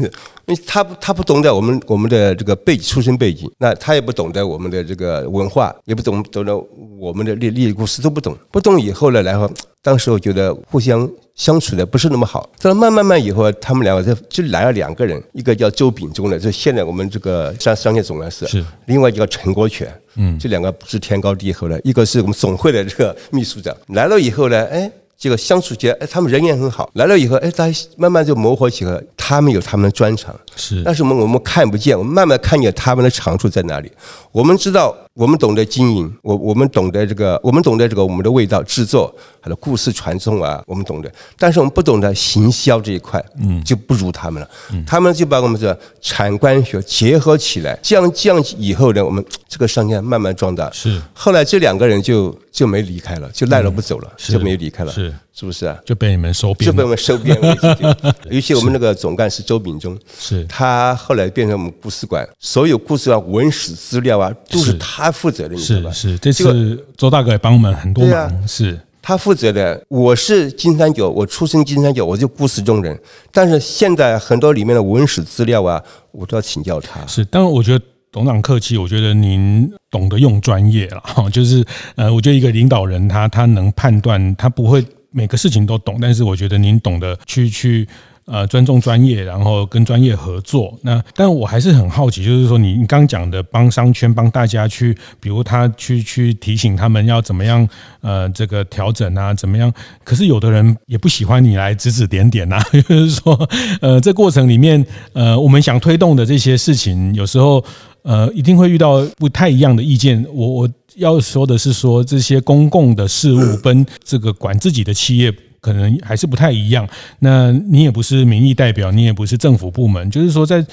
B: 因为他不他不懂得我们我们的这个背出身背景，那他也不懂得我们的这个文化，也不懂懂得我们的历历史故事都不懂，不懂以后呢，然后当时我觉得互相相处的不是那么好，到了慢慢慢以后，他们两个就就来了两个人，一个叫周秉忠的，就现在我们这个商商业总干事，
A: 是
B: 另外一个叫陈国权，嗯，这两个不知天高地厚的，一个是我们总会的这个秘书长，来了以后呢，哎。这个相处起来，哎，他们人也很好。来了以后，哎，大家慢慢就磨合起来。他们有他们的专长，
A: 是
B: 但是我们我们看不见，我们慢慢看见他们的长处在哪里。我们知道，我们懂得经营，我我们懂得这个，我们懂得这个我们的味道制作，还有故事传送啊，我们懂得。但是我们不懂得行销这一块，嗯，就不如他们了。
A: 嗯
B: 他们就把我们这产官学结合起来，这样这样以后呢，我们这个商家慢慢壮大。
A: 是嗯
B: 后来这两个人就就没离开了，就赖了不走了，
A: 是
B: 就没离开了，
A: 是
B: 是不是啊？
A: 就被你们收编
B: 就被
A: 了，
B: 我们收编为基金。 尤其我们那个总干事周秉忠，
A: 是
B: 他后来变成我们故事馆，所有故事馆文史资料啊，都是
A: 是
B: 他负责的，你知道
A: 是
B: 吧？
A: 是，这次周大哥也帮我们很多
B: 对啊
A: 忙，是
B: 他负责的。我是金三角，我出生金三角，我就故事中人。但是现在很多里面的文史资料啊，我都要请教他。
A: 是，但我觉得董事长客气，我觉得您懂得用专业了，哈就是呃，我觉得一个领导人他他能判断，他不会每个事情都懂，但是我觉得您懂得去去。呃，尊重专业，然后跟专业合作。那，但我还是很好奇，就是说你你刚讲的帮商圈帮大家去，比如他去去提醒他们要怎么样，呃，这个调整啊，怎么样？可是有的人也不喜欢你来指指点点啊， 就是说，呃，这过程里面，呃，我们想推动的这些事情，有时候，呃，一定会遇到不太一样的意见。我 我要说的是说，这些公共的事务跟这个管自己的企业可能还是不太一样。那你也不是民意代表，你也不是政府部门，就是说在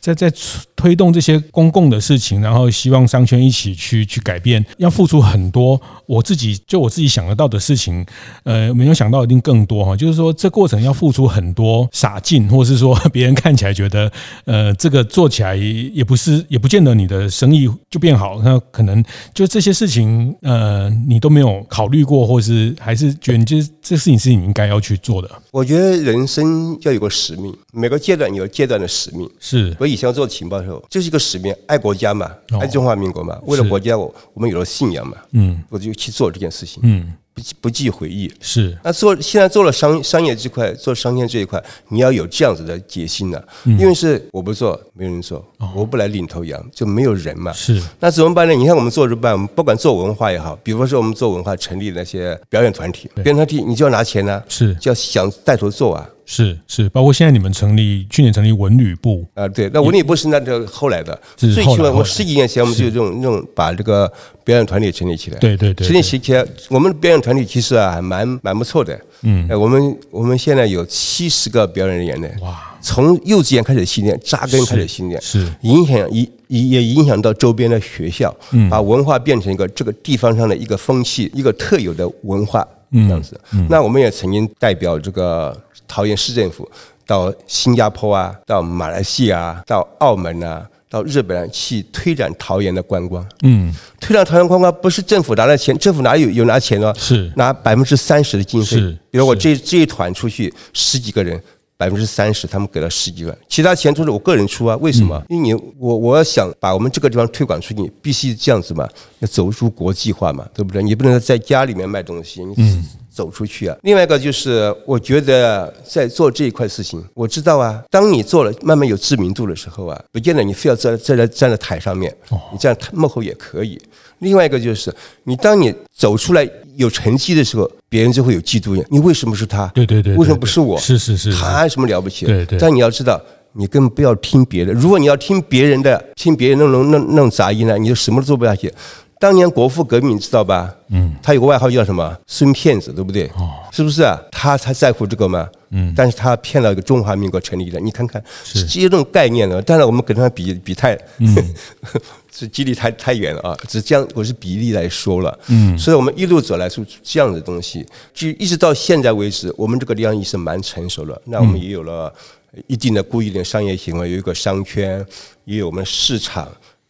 A: 在在推动这些公共的事情，然后希望商圈一起去去改变，要付出很多。我自己就我自己想得到的事情，呃，没有想到一定更多哈。就是说这过程要付出很多傻劲，或是说别人看起来觉得，呃，这个做起来也不是也不见得你的生意就变好，那可能就这些事情，呃，你都没有考虑过，或是还是觉得你这这事情是你应该要去做的。
B: 我觉得人生要有个使命，每个阶段有阶段的使命。
A: 是
B: 我以前做情报的时候，就是一个使命，爱国家嘛，
A: 哦
B: 爱中华民国嘛，为了国家，我我们有了信仰嘛，
A: 嗯
B: 我就去做这件事情，
A: 嗯，
B: 不计不计回忆。
A: 是
B: 那做现在做了商商业这块，做商圈这一块，你要有这样子的决心呢、
A: 嗯
B: 因为是我不做，没有人做，我不来领头羊，就没有人嘛。
A: 哦是
B: 那怎么办呢？你看我们做日办，我们不管做文化也好，比如说我们做文化成立那些表演团体，表演团体你就要拿钱呢、
A: 是
B: 就要想带头做啊。
A: 是是，包括现在你们成立，去年成立文旅部，
B: 啊，对，那文旅部是那这后来的，
A: 这是
B: 最
A: 后
B: 起
A: 来
B: 码
A: 后
B: 我
A: 来
B: 十几年前我们就这种这种把这个表演团体成立起来。
A: 对对对
B: 成立起来，我们的表演团体其实啊还蛮蛮不错的。嗯，我们我们现在有七十个表演人员呢。
A: 哇，
B: 从幼稚园开始训练，扎根开始训练，
A: 是是
B: 影响也也影响到周边的学校，
A: 嗯
B: 把文化变成一个这个地方上的一个风气，一个特有的文化这
A: 嗯
B: 样子。那我们也曾经代表这个桃园市政府到新加坡啊，到马来西亚啊，到澳门啊。到日本啊去推展桃园的观光，
A: 嗯，
B: 推展桃园观光不是政府拿了钱，政府哪有有拿钱呢？
A: 是
B: 拿百分之三十的经费
A: 是，
B: 比如我
A: 是
B: 这这一团出去十几个人，百分之三十他们给了十几万，其他钱都是我个人出啊。为什么？
A: 嗯
B: 因为你我我要想把我们这个地方推广出去，必须这样子嘛，要走出国际化嘛，对不对？你不能在家里面卖东西，
A: 嗯
B: 你走出去啊。另外一个就是，我觉得在做这一块事情，我知道啊，当你做了慢慢有知名度的时候啊，不见得你非要站站在站在台上面，
A: 哦
B: 你站幕后也可以。另外一个就是，你当你走出来有成绩的时候，别人就会有嫉妒眼。你为什么是他？
A: 对对对对
B: 为什么不是我？
A: 是是是
B: 他有什么了不起？
A: 对对
B: 但你要知道，你根本不要听别人。如果你要听别人的，听别人那种那那种杂音呢，你就什么都做不下去。当年国父革命，你知道吧？嗯，他有个外号叫什么？孙骗子，对不对？哦，是不是啊？他才在乎这个嘛。嗯，但是他骗了一个中华民国成立的，你看看，是嗯这种概念呢。当然，我们跟他比比太， 是距离太太远了啊，只这样我是比例来说了，嗯，所以我们一路走来是这样的东西，就一直到现在为止，我们这个地方也是蛮成熟了。那我们也有了一定的固定的商业行为，有一个商圈，也有我们市场，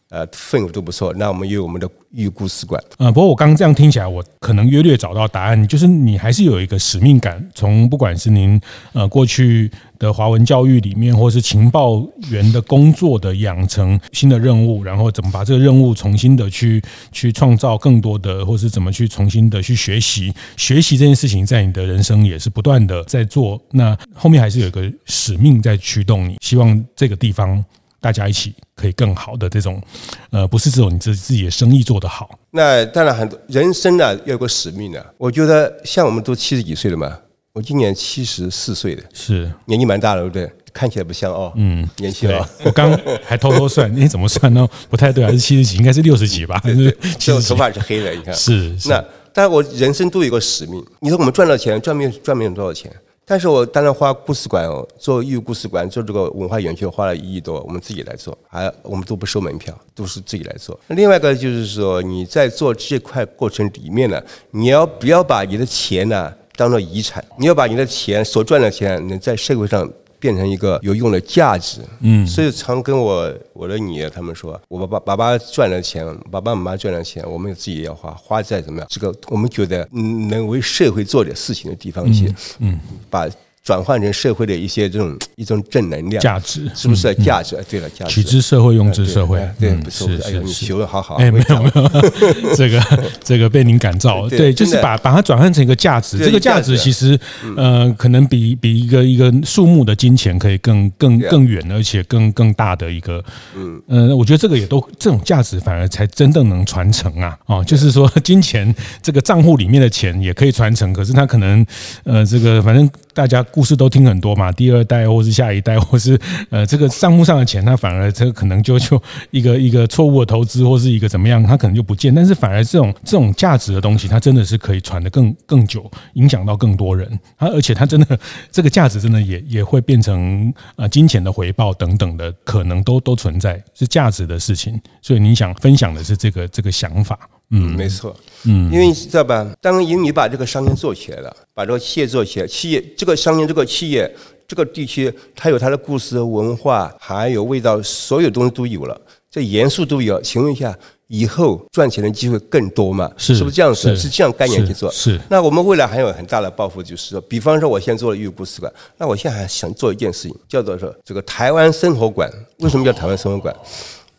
B: 呃，氛围都不错。那我们也有我们的预估使馆，
A: 呃，不过我刚刚这样听起来，我可能约略找到答案，就是你还是有一个使命感，从不管是您呃过去的华文教育里面，或是情报员的工作的养成，新的任务，然后怎么把这个任务重新的去去创造更多的，或是怎么去重新的去学习，学习这件事情在你的人生也是不断的在做，那后面还是有一个使命在驱动你，希望这个地方。大家一起可以更好的这种，呃，不是只有你自自己的生意做得好，
B: 那当然很多人生呢要有个使命的。我觉得像我们都七十几岁了嘛，我今年七十四岁的，
A: 是
B: 年纪蛮大了，对不对？看起来不像哦，嗯，年轻
A: 对
B: 哦。，
A: 我刚还偷偷算，你怎么算呢？不太对啊，还是七十几，应该是六十几吧？还是 七十
B: 这我
A: 几
B: 头？发是黑的，你看。
A: 是是
B: 那当然，我人生都有一个使命。你说我们赚到钱，赚没赚没有多少钱？但是我当然花故事馆哦，做义务故事馆，做这个文化园区花了一亿多，我们自己来做，还我们都不收门票，都是自己来做。另外一个就是说，你在做这块过程里面呢，你要不要把你的钱呢、当做遗产？你要把你的钱所赚的钱，能在社会上变成一个有用的价值。嗯，所以常跟我我的女儿他们说，我爸爸爸爸赚了钱，爸爸妈妈赚了钱，我们自己也要花，花在怎么样？这个我们觉得嗯能为社会做点事情的地方去，嗯，把转换成社会的一些这种一种正能量
A: 价值嗯
B: 是不是价值？哎对了，价值
A: 取。之社会，用之社会
B: 哎，对哎
A: 嗯
B: 对不错
A: 是
B: 不错哎呦
A: 是
B: 你
A: 是
B: 学得好好
A: 哎，
B: 会
A: 没有没有， 这个这个被您感召，
B: 对
A: 对，就是
B: 真的
A: 把把它转换成一个价值，
B: 对
A: 这个
B: 价
A: 价值
B: 值啊嗯
A: 其实呃，可能比比一个一个数目的金钱可以更更
B: 啊
A: 更远，而且更更大的一个，嗯呃，我觉得这个也都这种价值反而才真的能传承啊，哦，就是说 金钱这个账户里面的钱也可以传承，可是它可能呃这个反正大家故事都听很多嘛，第二代或是下一代，或是呃这个账目上的钱，他反而这个可能就就一个一个错误的投资，或是一个怎么样，他可能就不见。但是反而这种这种价值的东西，它真的是可以传得更更久，影响到更多人。它而且它真的 这个价值真的也也会变成呃金钱的回报等等的，可能都都存在，是价值的事情。所以你想分享的是这个这个想法，
B: 嗯，没错，嗯，因为你知道吧，当因为你把这个商业做起来了，把这个企业做起来，企业这个商业这个企业这个地区，它有它的故事、文化，还有味道，所有东西都有了，这元素都有了。请问一下，以后赚钱的机会更多吗？
A: 是
B: 不是这样子？
A: 是
B: 是这样概念去做？
A: 是是
B: 那我们未来还有很大的抱负，就是说，比方说我现在做了玉故事馆，那我现在还想做一件事情，叫做说这个台湾生活馆。为什么叫台湾生活馆？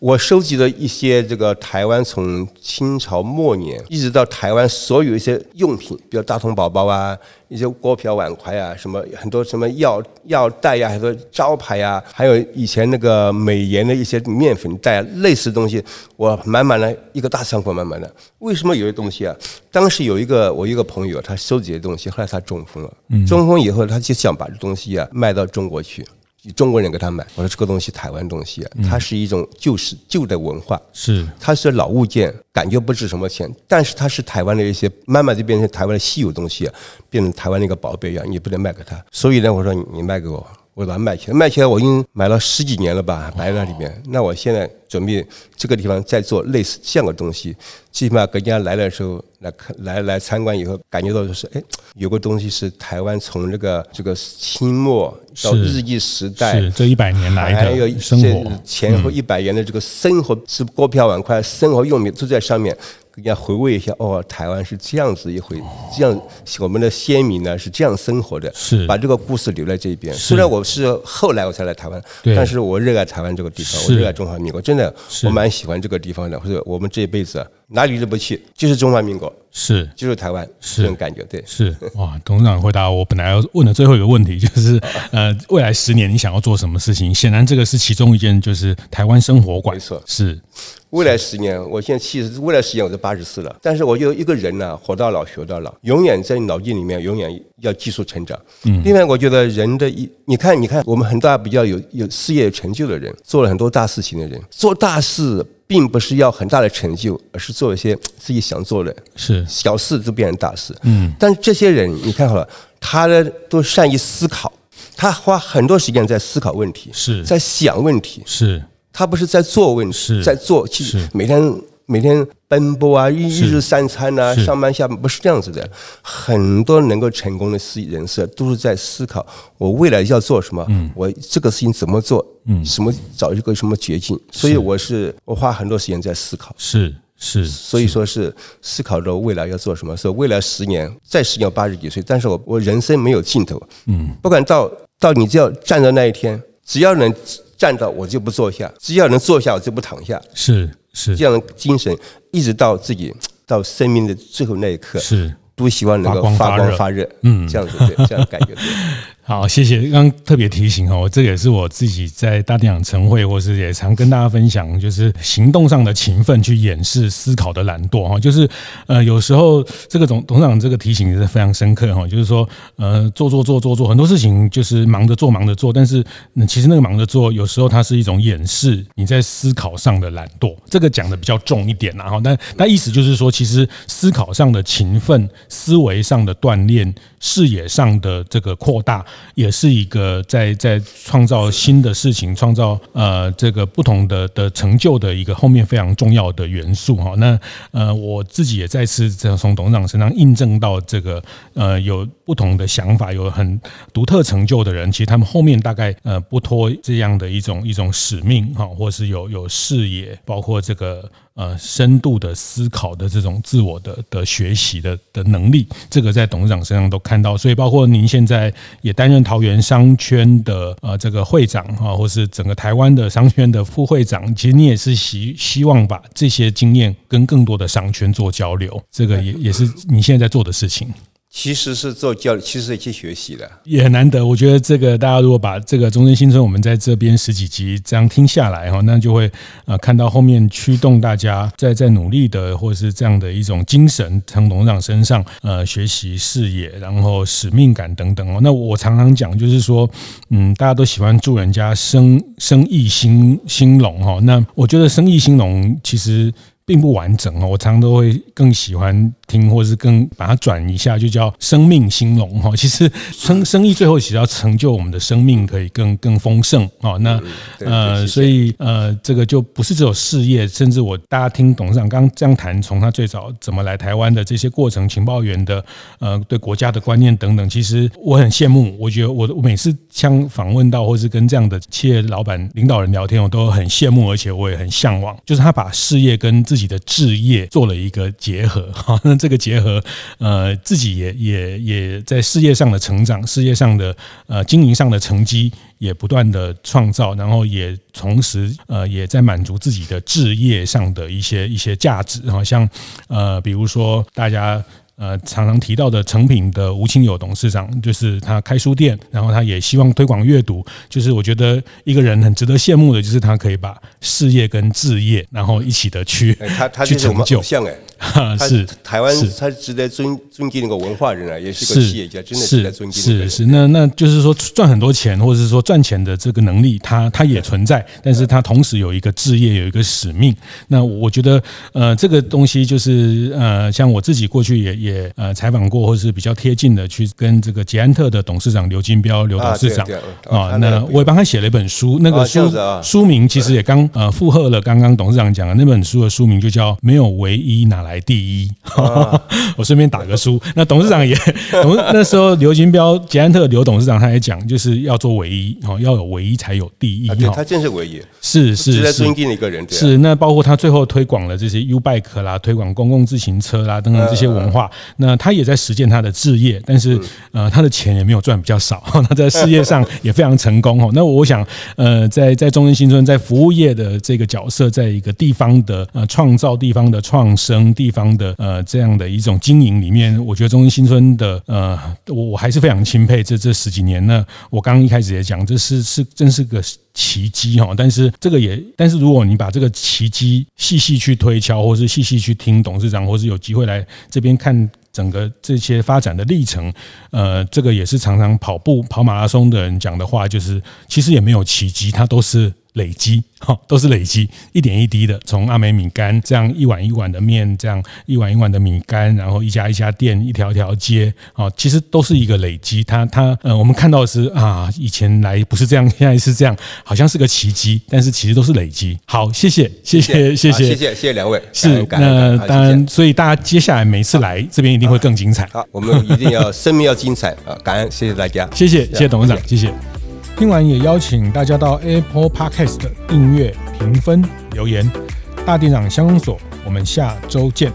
B: 我收集了一些这个台湾从清朝末年一直到台湾所有一些用品，比如大同宝宝啊，一些锅瓢碗筷啊，什么很多什么药药袋啊呀、很多招牌呀、还有以前那个美颜的一些面粉袋、啊、类似的东西，我满满的一个大仓库，满满的。为什么有些东西啊？当时有一个我一个朋友，他收集的东西，后来他中风了，中风以后他就想把这东西啊卖到中国去。中国人给他买，我说这个东西台湾东西啊，它是一种旧时旧的文化，
A: 是
B: 它是老物件，感觉不值什么钱，但是它是台湾的一些，慢慢就变成台湾的稀有东西，变成台湾的一个宝贝一样，你不能卖给他。所以呢，我说你你卖给我，我把它卖起来，卖起来我已经买了十几年了吧，
A: 哦
B: 摆在那里面。那我现在准备这个地方再做类似这样的东西，起码人家来的时候来看来来参观以后，感觉到就是哎，有个东西是台湾从这个这个清末到
A: 是
B: 日据时代
A: 是这一百年来
B: 还有
A: 的生活
B: 这，前后一百元的这个生活是锅瓢碗筷、生活用品都在上面，给人家回味一下。哦，台湾是这样子一回，这样我们的先民呢是这样生活的，
A: 是
B: 把这个故事留在这边。虽然我是后来我才来台湾，
A: 对
B: 但是我热爱台湾这个地方，我
A: 是
B: 热爱中华民国，真的我蛮喜欢这个地方的。或者我们这一辈子啊哪里都不去，就是中华民国，
A: 是。
B: 就是台湾，
A: 是
B: 这种感觉，对。
A: 是哇，董事长回答我本来要问的最后一个问题就是，呃，未来十年你想要做什么事情？显然这个是其中一件，就是台湾生活馆。
B: 没错
A: 是
B: 未来十年，我现在七十，未来十年我都八十四了，但是我觉得一个人呢、活到老学到老，永远在脑筋里面永远要技术成长。嗯，另外我觉得人的一，你看，你看，我们很大比较有有事业有成就的人，做了很多大事情的人，做大事并不是要很大的成就，而是做一些自己想做的，
A: 是
B: 小事都变成大事。嗯，但是这些人，你看好了，他的都善于思考，他花很多时间在思考问题，
A: 是
B: 在想问题，
A: 是
B: 他不是在做问
A: 是
B: 题，在做去
A: 是
B: 每天每天奔波啊，一日三餐呐、
A: 是
B: 上班下班不是这样子的。很多能够成功的事人士都是在思考我未来要做什么，
A: 嗯
B: 我这个事情怎么做，什么找一个什么捷径。所以我是我花很多时间在思考。
A: 是是
B: 所以说是思考着未来要做什么，所以未来十年，再十年我八十几岁，但是我我人生没有尽头，嗯，不管到到你只要站到那一天，只要能站到我就不坐下，只要能坐下我就不躺下，
A: 是是
B: 这样的精神一直到自己到生命的最后那一刻，
A: 是。
B: 都希望能够
A: 发
B: 发
A: 光
B: 光
A: 发
B: 发热，嗯，这样子对，这样感觉对。
A: 好，谢谢。刚刚特别提醒哦，这也是我自己在大电影晨会，或是也常跟大家分享，就是行动上的勤奋去掩饰思考的懒惰哈、哦。就是呃，有时候这个总董事长这个提醒也是非常深刻哈、哦，就是说呃，做做做做做很多事情，就是忙着做忙着做，但是、嗯、其实那个忙着做，有时候它是一种掩饰你在思考上的懒惰。这个讲的比较重一点然、啊、后但但意思就是说，其实思考上的勤奋、思维上的锻炼、视野上的这个扩大，也是一个在在创造新的事情、创造呃这个不同的的成就的一个后面非常重要的元素哈。那呃我自己也再次从董事长身上印证到这个呃有不同的想法、有很独特成就的人，其实他们后面大概呃不脱这样的一种一种使命哈，或是有有视野，包括这个呃深度的思考的这种自我的的学习的的能力，这个在董事长身上都看到。所以包括您现在也担任桃园商圈的呃这个会长哈、或是整个台湾的商圈的副会长，其实你也是希希望把这些经验跟更多的商圈做交流，这个也也是你现在在做的事情。
B: 其实是做教，其实也去学习的。
A: 也难得，我觉得这个大家如果把这个中正新村，我们在这边十几集这样听下来哈，那就会呃看到后面驱动大家在在努力的，或是这样的一种精神，从董事长身上呃学习视野，然后使命感等等哦。那我常常讲就是说，嗯，大家都喜欢祝人家生生意兴兴隆哈、哦，那我觉得生意兴隆其实。并不完整哦，我常常都会更喜欢听，或是更把它转一下，就叫生命兴隆哈。 其实生生意最后只要成就我们的生命，可以更更丰盛哦。那
B: 嗯对
A: 呃，
B: 对
A: 所以呃，这个就不是只有事业，甚至我大家听董事长刚刚这样谈，从他最早怎么来台湾的这些过程，情报员的呃对国家的观念等等，其实我很羡慕。我觉得我我每次像访问到或是跟这样的企业老板、领导人聊天，我都很羡慕，而且我也很向往，就是他把事业跟自己的置业做了一个结合。 哈，那这个结合，呃，自己也也也在事业上的成长，事业上的呃经营上的成绩。也不断的创造，然后也同时呃也在满足自己的置业上的一些一些价值，好像呃比如说大家。呃，常常提到的成品的吴清友董事长，就是他开书店，然后他也希望推广阅读。就是我觉得一个人很值得羡慕的，就是他可以把事业跟置业，然后一起的去
B: 哎他他
A: 去
B: 就是我
A: 成
B: 们
A: 就
B: 偶，像哎，
A: 哈
B: 他
A: 是
B: 台湾
A: 是，
B: 他值得尊尊敬那个文化人啊，也是个
A: 是
B: 企业家，真的值得尊敬的
A: 是
B: 人。
A: 是是，那那就是说赚很多钱，或者是说赚钱的这个能力，它它也存在，但是它同时有一个置业，有一个使命。那我觉得，呃，这个东西就是呃，像我自己过去也也呃采访过，或是比较贴近的去跟这个捷安特的董事长刘金标刘董事长
B: 啊对啊对啊
A: 啊
B: 他，那个
A: 那我也帮他写了一本书，那个
B: 啊这
A: 书
B: 样子啊
A: 书名其实也刚呃附和了刚刚董事长讲的那本书的书名就叫《没有唯一哪来第一》。
B: 啊
A: 我顺便打个书。那董事长也， 董那时候刘金彪、捷安特刘董事长他也讲，就是要做唯一，哦，要有唯一才有第一，
B: 啊，对，
A: 哈、
B: 他真是唯一，
A: 是
B: 值
A: 是
B: 得
A: 是
B: 尊。敬的一个人。对啊
A: 是，那包括他最后推广了这些 U bike 啦，推广公共自行车啦等等这些文化，
B: 嗯
A: 那他也在实践他的置业，但是呃，他的钱也没有赚比较少， 他在事业上也非常成功哦。 那我想，呃，在在中正新村，在服务业的这个角色，在一个地方的呃创造、地方的创生、地方的呃这样的一种经营里面，我觉得中正新村的呃，我我还是非常钦佩这这十几年。那我刚刚一开始也讲，这是是真是个奇迹哈。但是这个也，但是如果你把这个奇迹细细去推敲，或是细细去听董事长，或是有机会来这边看。整个这些发展的历程，呃，这个也是常常跑步跑马拉松的人讲的话，就是其实也没有奇迹，它都是累积，哈，都是累积，一点一滴的，从阿美米干这样一碗一碗的面，这样一碗一碗的米干，然后一家一家店，一条条街，哦，其实都是一个累积。它它呃，我们看到的是啊，以前来不是这样，现在是这样，好像是个奇迹，但是其实都是累积。好，谢谢，谢谢，谢
B: 啊谢
A: 谢，
B: 谢谢谢两位，感
A: 是
B: 恩感
A: 那
B: 恩感恩
A: 当
B: 啊谢谢
A: 然，所以大家接下来每次来这边一定会更精彩。
B: 好，我们一定要生命要精彩啊！感恩，谢谢大家，
A: 谢谢，谢谢董事长，谢谢。听完也邀请大家到 Apple Podcast 订阅、评分、留言。大店长相公所，我们下周见，